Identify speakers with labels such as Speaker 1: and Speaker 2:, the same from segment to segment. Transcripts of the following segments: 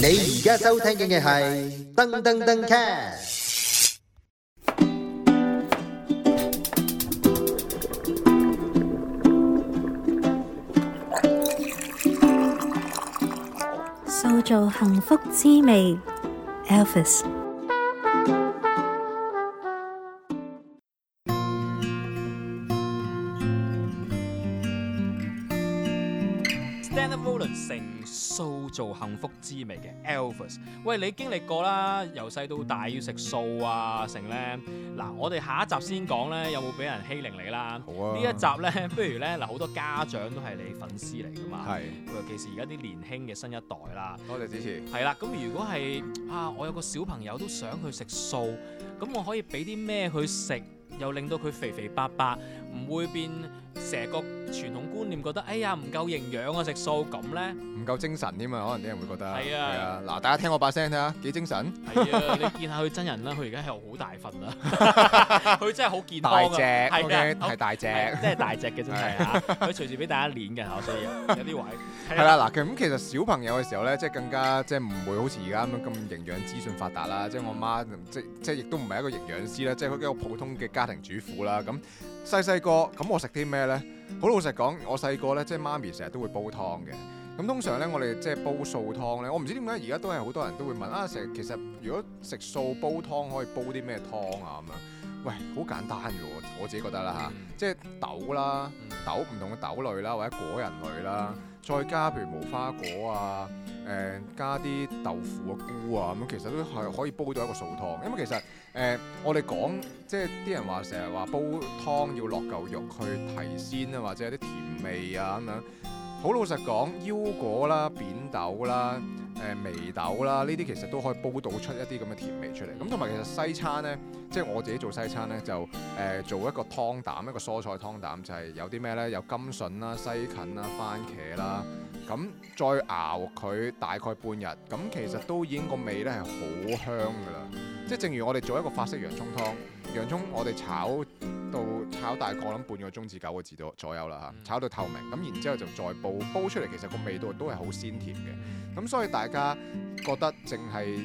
Speaker 1: 你而家收聽嘅係噔噔噔 cast。
Speaker 2: 塑造幸福滋味，Elvis。
Speaker 3: Stand Up Roland 成素做幸福滋味嘅 Elvis，喂你經歷過啦，由細到大要食素啊，成咧嗱，我哋下一集先講咧有冇俾人欺凌你啦。
Speaker 4: 好
Speaker 3: 呢
Speaker 4: 啊
Speaker 3: 一集咧，不如咧嗱，好多家長都係你粉絲嚟噶嘛，
Speaker 4: 係，
Speaker 3: 尤其是而家啲年輕嘅新一代啦，
Speaker 4: 多謝支持。
Speaker 3: 係啦，咁如果係啊，我有個小朋友都想去食素，咁我可以俾啲咩佢食，又令到佢肥肥白白，唔會變成個傳統觀念覺得，哎呀唔夠營養啊食素咁咧。
Speaker 4: 唔夠精神添啊，可能啲人會覺得
Speaker 3: 係啊
Speaker 4: 係啊，嗱，大家聽我把聲睇下幾精神，
Speaker 3: 係啊，你見下佢真人啦，佢而家係好大份 啦，佢真係好健康
Speaker 4: 大
Speaker 3: 啊，
Speaker 4: 隻
Speaker 3: 係啊
Speaker 4: ，OK，
Speaker 3: 好
Speaker 4: 係大隻。
Speaker 3: 係真係大隻嘅真係啊，佢隨時俾大家攣嘅嚇，所以有啲位啊
Speaker 4: 係啦，嗱，咁其實小朋友嘅時候咧，即係更加即係唔會好似而家咁樣咁營養資訊發達啦。即係我媽，即即係亦都唔係一個營養師啦，即係佢一個普通嘅家庭主婦啦。咁細細個咁我食啲咩咧？好老實講，我細個咧，即係媽咪成日都會煲湯嘅。咁通常咧，我哋即係煲素湯咧，我唔知點解而家都係好多人都會問啊，成日其實如果食素煲湯可以煲啲咩湯啊咁樣？喂，好簡單嘅喎，我自己覺得啦嚇。
Speaker 3: 嗯
Speaker 4: 即係豆啦
Speaker 3: 嗯，
Speaker 4: 豆唔同嘅豆類啦，或者果仁類啦，再加譬如無花果啊，誒、加啲豆腐啊、菇啊咁，其實都係可以煲到一個素湯。因為其實誒、我哋講即係啲人話成日話煲湯要落嚿肉去提鮮啊，或者有啲甜味啊咁樣。好老實講，腰果啦、扁豆啦、誒、眉豆啦，呢啲其實都可以煲到出一啲咁嘅甜味出嚟。咁同埋其實西餐呢，即係我自己做西餐呢，就誒、做一個湯膽，一個蔬菜湯膽，就係、有啲咩呢？有甘筍啦、西芹啦、番茄啦，咁再熬佢大概半日，咁其實都已經個味呢係好香㗎啦。即係正如我哋做一個法式洋葱湯，洋葱我哋炒到炒大概我諗半個鐘至九個字左左右啦
Speaker 3: 嗯
Speaker 4: 嚇，炒到透明，咁然之後就再煲，煲出嚟其實個味道都係好鮮甜嘅。咁所以大家覺得淨係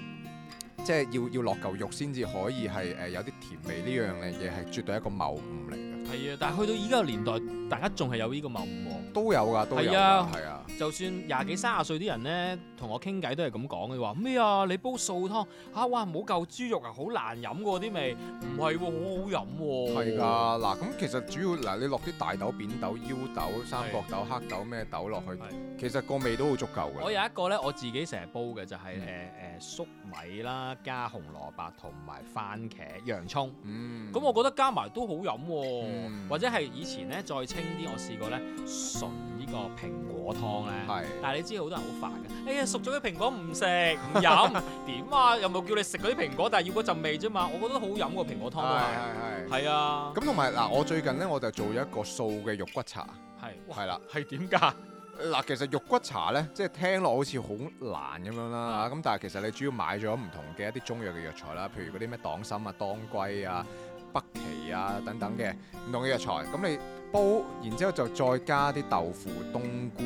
Speaker 4: 即係要要落嚿肉先至可以係誒、呃有啲甜味呢樣嘢係絕對一個謬誤嚟嘅，
Speaker 3: 係啊，但係去到依家個年代，大家仲係有呢個謬誤喎。
Speaker 4: 都有㗎，都有㗎，
Speaker 3: 係啊
Speaker 4: 係啊，
Speaker 3: 就算廿幾三十歲啲人咧，同我傾偈都係咁講嘅話，咩啊？你煲素湯啊？哇！冇嚿豬肉啊，好難飲喎啲味，唔係喎，好好飲喎。
Speaker 4: 係㗎。嗱，咁其實主要嗱，你落啲大豆、扁豆、腰豆、三角豆、黑豆咩豆落去
Speaker 3: 係，
Speaker 4: 其實個味都好足夠
Speaker 3: 我
Speaker 4: 㗎。
Speaker 3: 有一個咧，我自己成日煲嘅就
Speaker 4: 嗯
Speaker 3: 係誒誒粟米啦，加紅蘿蔔同埋番茄、洋葱。
Speaker 4: 嗯
Speaker 3: 咁我覺得加埋都好飲喎，
Speaker 4: 嗯
Speaker 3: 或者係以前咧再清啲，我試過咧純呢個蘋果湯咧。
Speaker 4: 係
Speaker 3: 但係你知好多人好煩嘅，哎呀熟咗啲蘋果唔食唔 飲，點啊？有冇叫你食嗰啲蘋果？但係要嗰陣味啫嘛，我覺得好飲過蘋果湯都
Speaker 4: 係係係。
Speaker 3: 係。係啊，
Speaker 4: 咁同埋嗱，我最近咧我就做咗一個素嘅肉骨茶，
Speaker 3: 係哇
Speaker 4: 係啦。
Speaker 3: 係點㗎？
Speaker 4: 嗱，其實肉骨茶咧，即係聽落好似好難咁樣啦，咁但係其實你主要買咗唔同嘅一啲中藥嘅藥材啦，譬如嗰啲咩黨參啊、當歸啊、北芪啊等等嘅唔同嘅藥材，咁你煲，然之後就再加啲豆腐、冬菇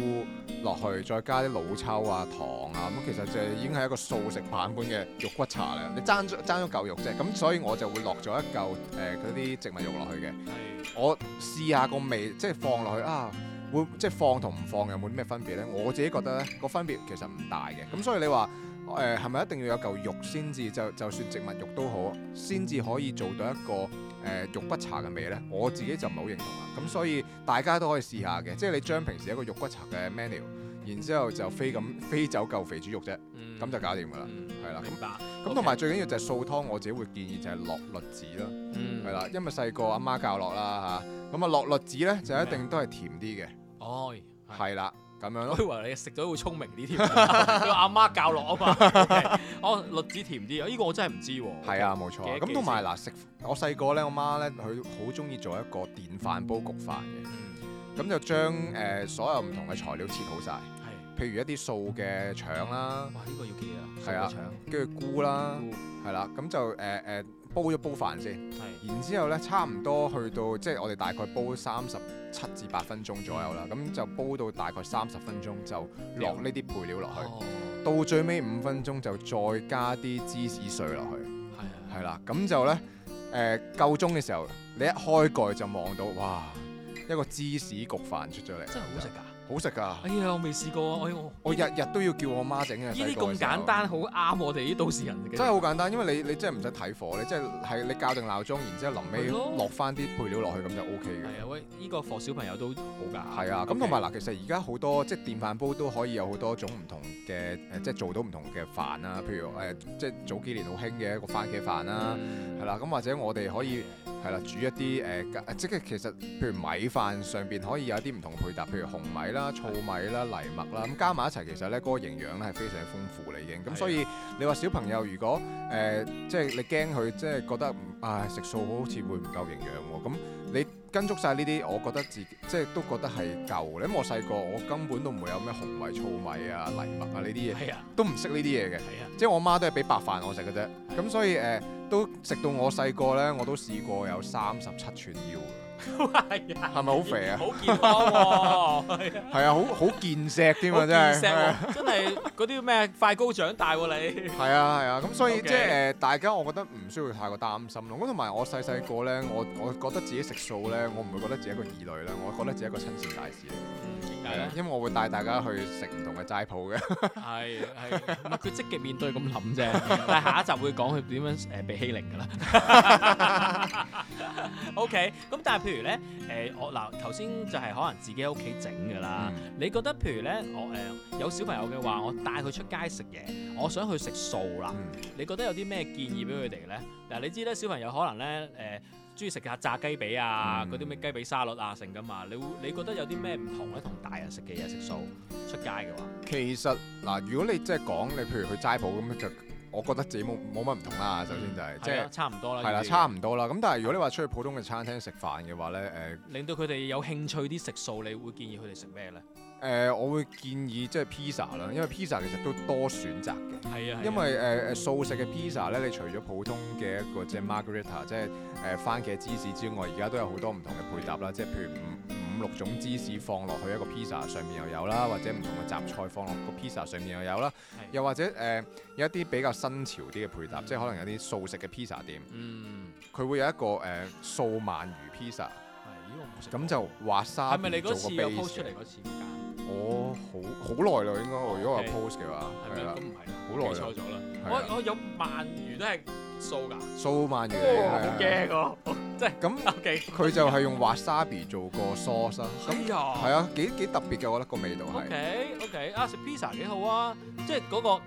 Speaker 4: 落去，再加啲老抽啊、糖啊，咁其實就已經係一個素食版本嘅肉骨茶啦。你爭咗爭咗嚿肉啫，咁所以我就會落咗一嚿誒嗰啲植物肉落去嘅。
Speaker 3: 係
Speaker 4: 我試下個味，即係放落去啊，會即係放同唔放有冇啲咩分別呢？我自己覺得呢個分別其實唔大嘅。咁所以你話誒係咪一定要有嚿肉先至就就算植物肉都好，先至可以做到一個誒、呃肉骨茶嘅味呢？我自己就唔係好認同啦。咁所以大家都可以試下嘅，即係你將平時一個肉骨茶嘅 menu，然之後就飛咁飛走嚿肥豬肉啫，
Speaker 3: 嗯
Speaker 4: 咁就搞掂㗎啦。
Speaker 3: 嗯
Speaker 4: 係啦咁
Speaker 3: 明白。
Speaker 4: 咁同埋最緊要就係素湯，我自己會建議就係落栗子啦。
Speaker 3: 嗯
Speaker 4: 係啦，因為細個阿媽教落啦嚇，咁啊落栗子咧就一定都係甜啲嘅，
Speaker 3: 哦，係。
Speaker 4: 係啦咁樣
Speaker 3: 我
Speaker 4: 咯
Speaker 3: 以。為你食咗會聰明啲添， 佢阿媽教落啊嘛。OK，哦，栗子甜啲啊！呢個我真係唔知喎。
Speaker 4: 係啊，冇錯啊。
Speaker 3: 幾多幾
Speaker 4: 咁同埋嗱，食我細個咧，我媽咧佢好中意做一個電飯煲焗飯嘅，
Speaker 3: 嗯，
Speaker 4: 咁就將誒、呃所有唔同嘅材料切好晒，
Speaker 3: 係。
Speaker 4: 譬如一啲素嘅腸啦，
Speaker 3: 哇！呢個要記啊，
Speaker 4: 係啊
Speaker 3: 腸。
Speaker 4: 跟住菇啦，
Speaker 3: 菇
Speaker 4: 係啦，咁就誒誒煲咗煲飯先。
Speaker 3: 係
Speaker 4: 然之後咧，差唔多去到即係我哋大概煲三十七至八分鐘左右啦，咁就煲到大概三十分鐘就落呢啲配料落去，
Speaker 3: 哦，
Speaker 4: 到最尾五分鐘就再加啲芝士碎落去，
Speaker 3: 係啊，
Speaker 4: 係啦，咁就呢，誒、夠鐘嘅時候，你一開蓋就望到哇一個芝士焗飯出咗嚟，
Speaker 3: 真係好食
Speaker 4: 就
Speaker 3: 㗎！
Speaker 4: 好食㗎！
Speaker 3: 哎呀，我未試過啊！哎呀我
Speaker 4: 我日日都要叫我媽整嘅，
Speaker 3: 呢啲
Speaker 4: 細個嘅
Speaker 3: 咁
Speaker 4: 時候
Speaker 3: 簡單，好啱我哋啲都市人嘅。
Speaker 4: 真係好簡單，因為你你真係唔使睇火，你即係係你校定鬧鐘，然之後臨尾
Speaker 3: 係咯
Speaker 4: 落翻啲配料落去咁就 O K 嘅。
Speaker 3: 係啊，喂，呢個課小朋友都好㗎。
Speaker 4: 係啊，咁
Speaker 3: OK
Speaker 4: 同埋嗱，其實而家好多即係電飯煲都可以有好多種唔同嘅誒，即係做到唔同嘅飯啦。譬如誒、即係早幾年好興嘅一個番茄飯啦，
Speaker 3: 嗯
Speaker 4: 係啦、咁或者我哋可以係啦煮一啲誒、加即係其實譬如米飯上邊可以有一啲唔同配搭，譬如紅米啦、糙米啦、藜麥啦，咁加埋一齊，其實咧嗰、個營養咧係非常之豐富啦已經。
Speaker 3: 係啊
Speaker 4: 咁所以你話小朋友如果誒、即係你驚佢即係覺得啊食素好似會唔夠營養喎，咁你跟足晒呢啲，我覺得自己即係都覺得係夠嘅。因為我細個我根本都唔會有咩紅米、糙米啊、藜麥啊呢啲嘢，
Speaker 3: 係啊，
Speaker 4: 都唔識呢啲嘢 嘅。
Speaker 3: 係啊，
Speaker 4: 即係我媽都係俾白飯我食嘅啫。咁所以誒、都食到我細個咧，我都試過有三十七寸腰嘅，
Speaker 3: 係啊，
Speaker 4: 係咪好肥啊？
Speaker 3: 好健康喎！
Speaker 4: 係啊，好好健碩添啊，
Speaker 3: 好
Speaker 4: 真係。
Speaker 3: 健
Speaker 4: 係啊
Speaker 3: 碩喎，真係嗰啲咩快高長大喎你。
Speaker 4: 係啊係啊，咁所以
Speaker 3: OK
Speaker 4: 即係誒，大家我覺得唔需要太過擔心咯。咁同埋我細細個咧，我我覺得自己食素咧，我唔會覺得自己一個異類啦，我覺得自己一個親善大使嚟
Speaker 3: 嗯點解
Speaker 4: 嘅，係啊
Speaker 3: 咧？
Speaker 4: 因為我會帶大家去食唔同嘅齋鋪嘅。
Speaker 3: 係係，唔係佢積極面對咁諗 啫。但係下一集會講佢點樣誒被欺凌㗎啦。OK，咁但係譬如咧，誒我嗱頭先就係可能自己喺屋企整㗎啦。你覺得譬如咧，我誒、有小朋友嘅話，我帶佢出街食嘢，我想去食素啦。
Speaker 4: 嗯
Speaker 3: 你覺得有啲咩建議俾佢哋咧？嗱，你知咧小朋友可能咧誒中意食下炸雞髀啊，
Speaker 4: 嗯
Speaker 3: 嗰啲咩雞髀沙律啊成噶嘛。你會你覺得有啲咩唔同咧？同大人食嘅嘢食素出街嘅話，
Speaker 4: 其實嗱，如果你即係講你譬如去齋鋪咁樣，就我覺得自己冇冇乜唔同啦。首先就係即
Speaker 3: 係
Speaker 4: 係
Speaker 3: 啊差唔多啦，
Speaker 4: 係啦，
Speaker 3: 呢啲
Speaker 4: 差唔多啦。咁但係如果你話出去普通嘅餐廳食飯嘅話咧，
Speaker 3: 令到佢哋有興趣啲食素，你會建議佢哋食咩咧？
Speaker 4: 誒誒，我會建議即係 pizza 啦，因為 pizza 其實都多選擇嘅。
Speaker 3: 係啊，
Speaker 4: 因為誒誒、素食嘅 pizza 咧，你除咗普通嘅一個即係 margarita，即係誒、番茄芝士之外，而家都有好多唔同嘅配搭啦，即係譬如五五六種芝士放落去一個 pizza 上面又有啦，或者唔同嘅雜菜放落個 pizza 上面又有啦
Speaker 3: 係，
Speaker 4: 又或者誒、有一啲比較新潮啲嘅配搭，即係可能有啲素食嘅 pizza 店，
Speaker 3: 嗯
Speaker 4: 佢會有一個誒、素鰻魚 pizza，
Speaker 3: 係呢個冇食過
Speaker 4: 咁就滑沙
Speaker 3: 係咪你嗰次有 post 出
Speaker 4: 嚟？
Speaker 3: 嚟嗰次㗎？
Speaker 4: 我哦好好耐啦，應該我如果話
Speaker 3: OK
Speaker 4: post 嘅話，
Speaker 3: 係
Speaker 4: 係
Speaker 3: 咪
Speaker 4: 啦
Speaker 3: 都，唔係啦，啊
Speaker 4: 好耐啦
Speaker 3: 記錯咗啦。
Speaker 4: 係啊啦
Speaker 3: 我我有鰻魚都係素㗎，
Speaker 4: 素鰻魚嚟
Speaker 3: 哇！
Speaker 4: 嘅
Speaker 3: 哦好
Speaker 4: 係啊
Speaker 3: 驚喎。
Speaker 4: 咁。
Speaker 3: OK，
Speaker 4: 佢就係用 wasabi 做個 sauce 啦。咁
Speaker 3: 係啊，
Speaker 4: 係啊，幾幾特別嘅，我覺得個味道係。
Speaker 3: OK OK 啊，食 pizza 幾好啊！即係嗰個茄，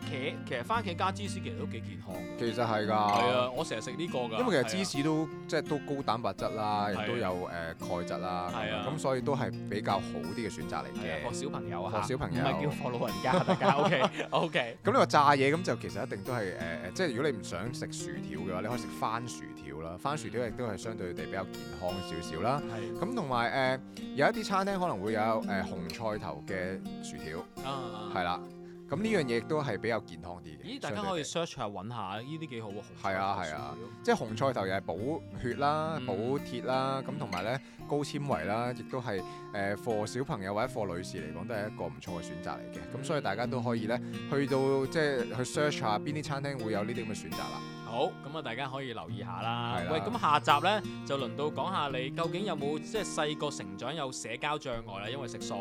Speaker 3: 其實番茄加芝士其實都幾健康㗎。
Speaker 4: 其實
Speaker 3: 係
Speaker 4: 係㗎，
Speaker 3: 啊，我成日食呢個㗎。
Speaker 4: 因為其實
Speaker 3: 係啊
Speaker 4: 芝士都即係都高蛋白質啦，亦
Speaker 3: 係啊
Speaker 4: 都有誒鈣質啦，
Speaker 3: 係啊
Speaker 4: 咁所以都係比較好啲嘅選擇嚟
Speaker 3: 係啊，學
Speaker 4: 嘅。
Speaker 3: 小朋友啊，
Speaker 4: 學小朋友
Speaker 3: 唔係叫學老人家，大家 OK OK。
Speaker 4: 咁你話炸嘢咁就其實一定都係誒誒，即係如果你唔想食薯條嘅話，你可以食番薯條啦。番薯條亦都係相對地比較健康少少啦。
Speaker 3: 係
Speaker 4: 咁同埋誒有一啲餐廳可能會有誒、紅菜頭嘅薯條，
Speaker 3: 啊。
Speaker 4: 係啦。咁呢樣嘢亦都係比較健康啲嘅。
Speaker 3: 咦，大家
Speaker 4: 相對
Speaker 3: 可以
Speaker 4: 地
Speaker 3: search 下揾下，呢啲幾好喎。
Speaker 4: 係啊係啊，即係紅菜頭又係補血啦、
Speaker 3: 嗯
Speaker 4: 補鐵啦，咁同埋咧高纖維啦，亦都係誒 for 小朋友或者 for 女士嚟講都係一個唔錯嘅選擇嚟嘅。咁、
Speaker 3: 嗯
Speaker 4: 所以大家都可以咧去到即係去 search 下邊啲餐廳會有呢啲咁嘅選擇啦。
Speaker 3: 好，咁啊，大家可以留意下啦
Speaker 4: 係。啦
Speaker 3: 喂，咁下集呢，就輪到講下你究竟有冇即係細個成長有社交障礙啦，啊因為食 素，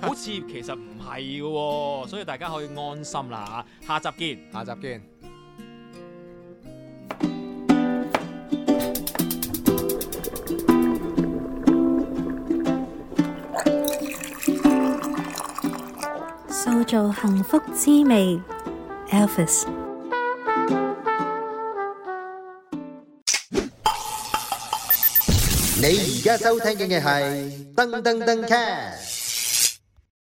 Speaker 3: 好似其實唔係嘅喎，所以大家可以安心啦嚇。下集見。
Speaker 4: 下集見。
Speaker 2: 塑造幸福滋味，Elvis。
Speaker 1: 你而家收聽嘅係噔噔噔 cast。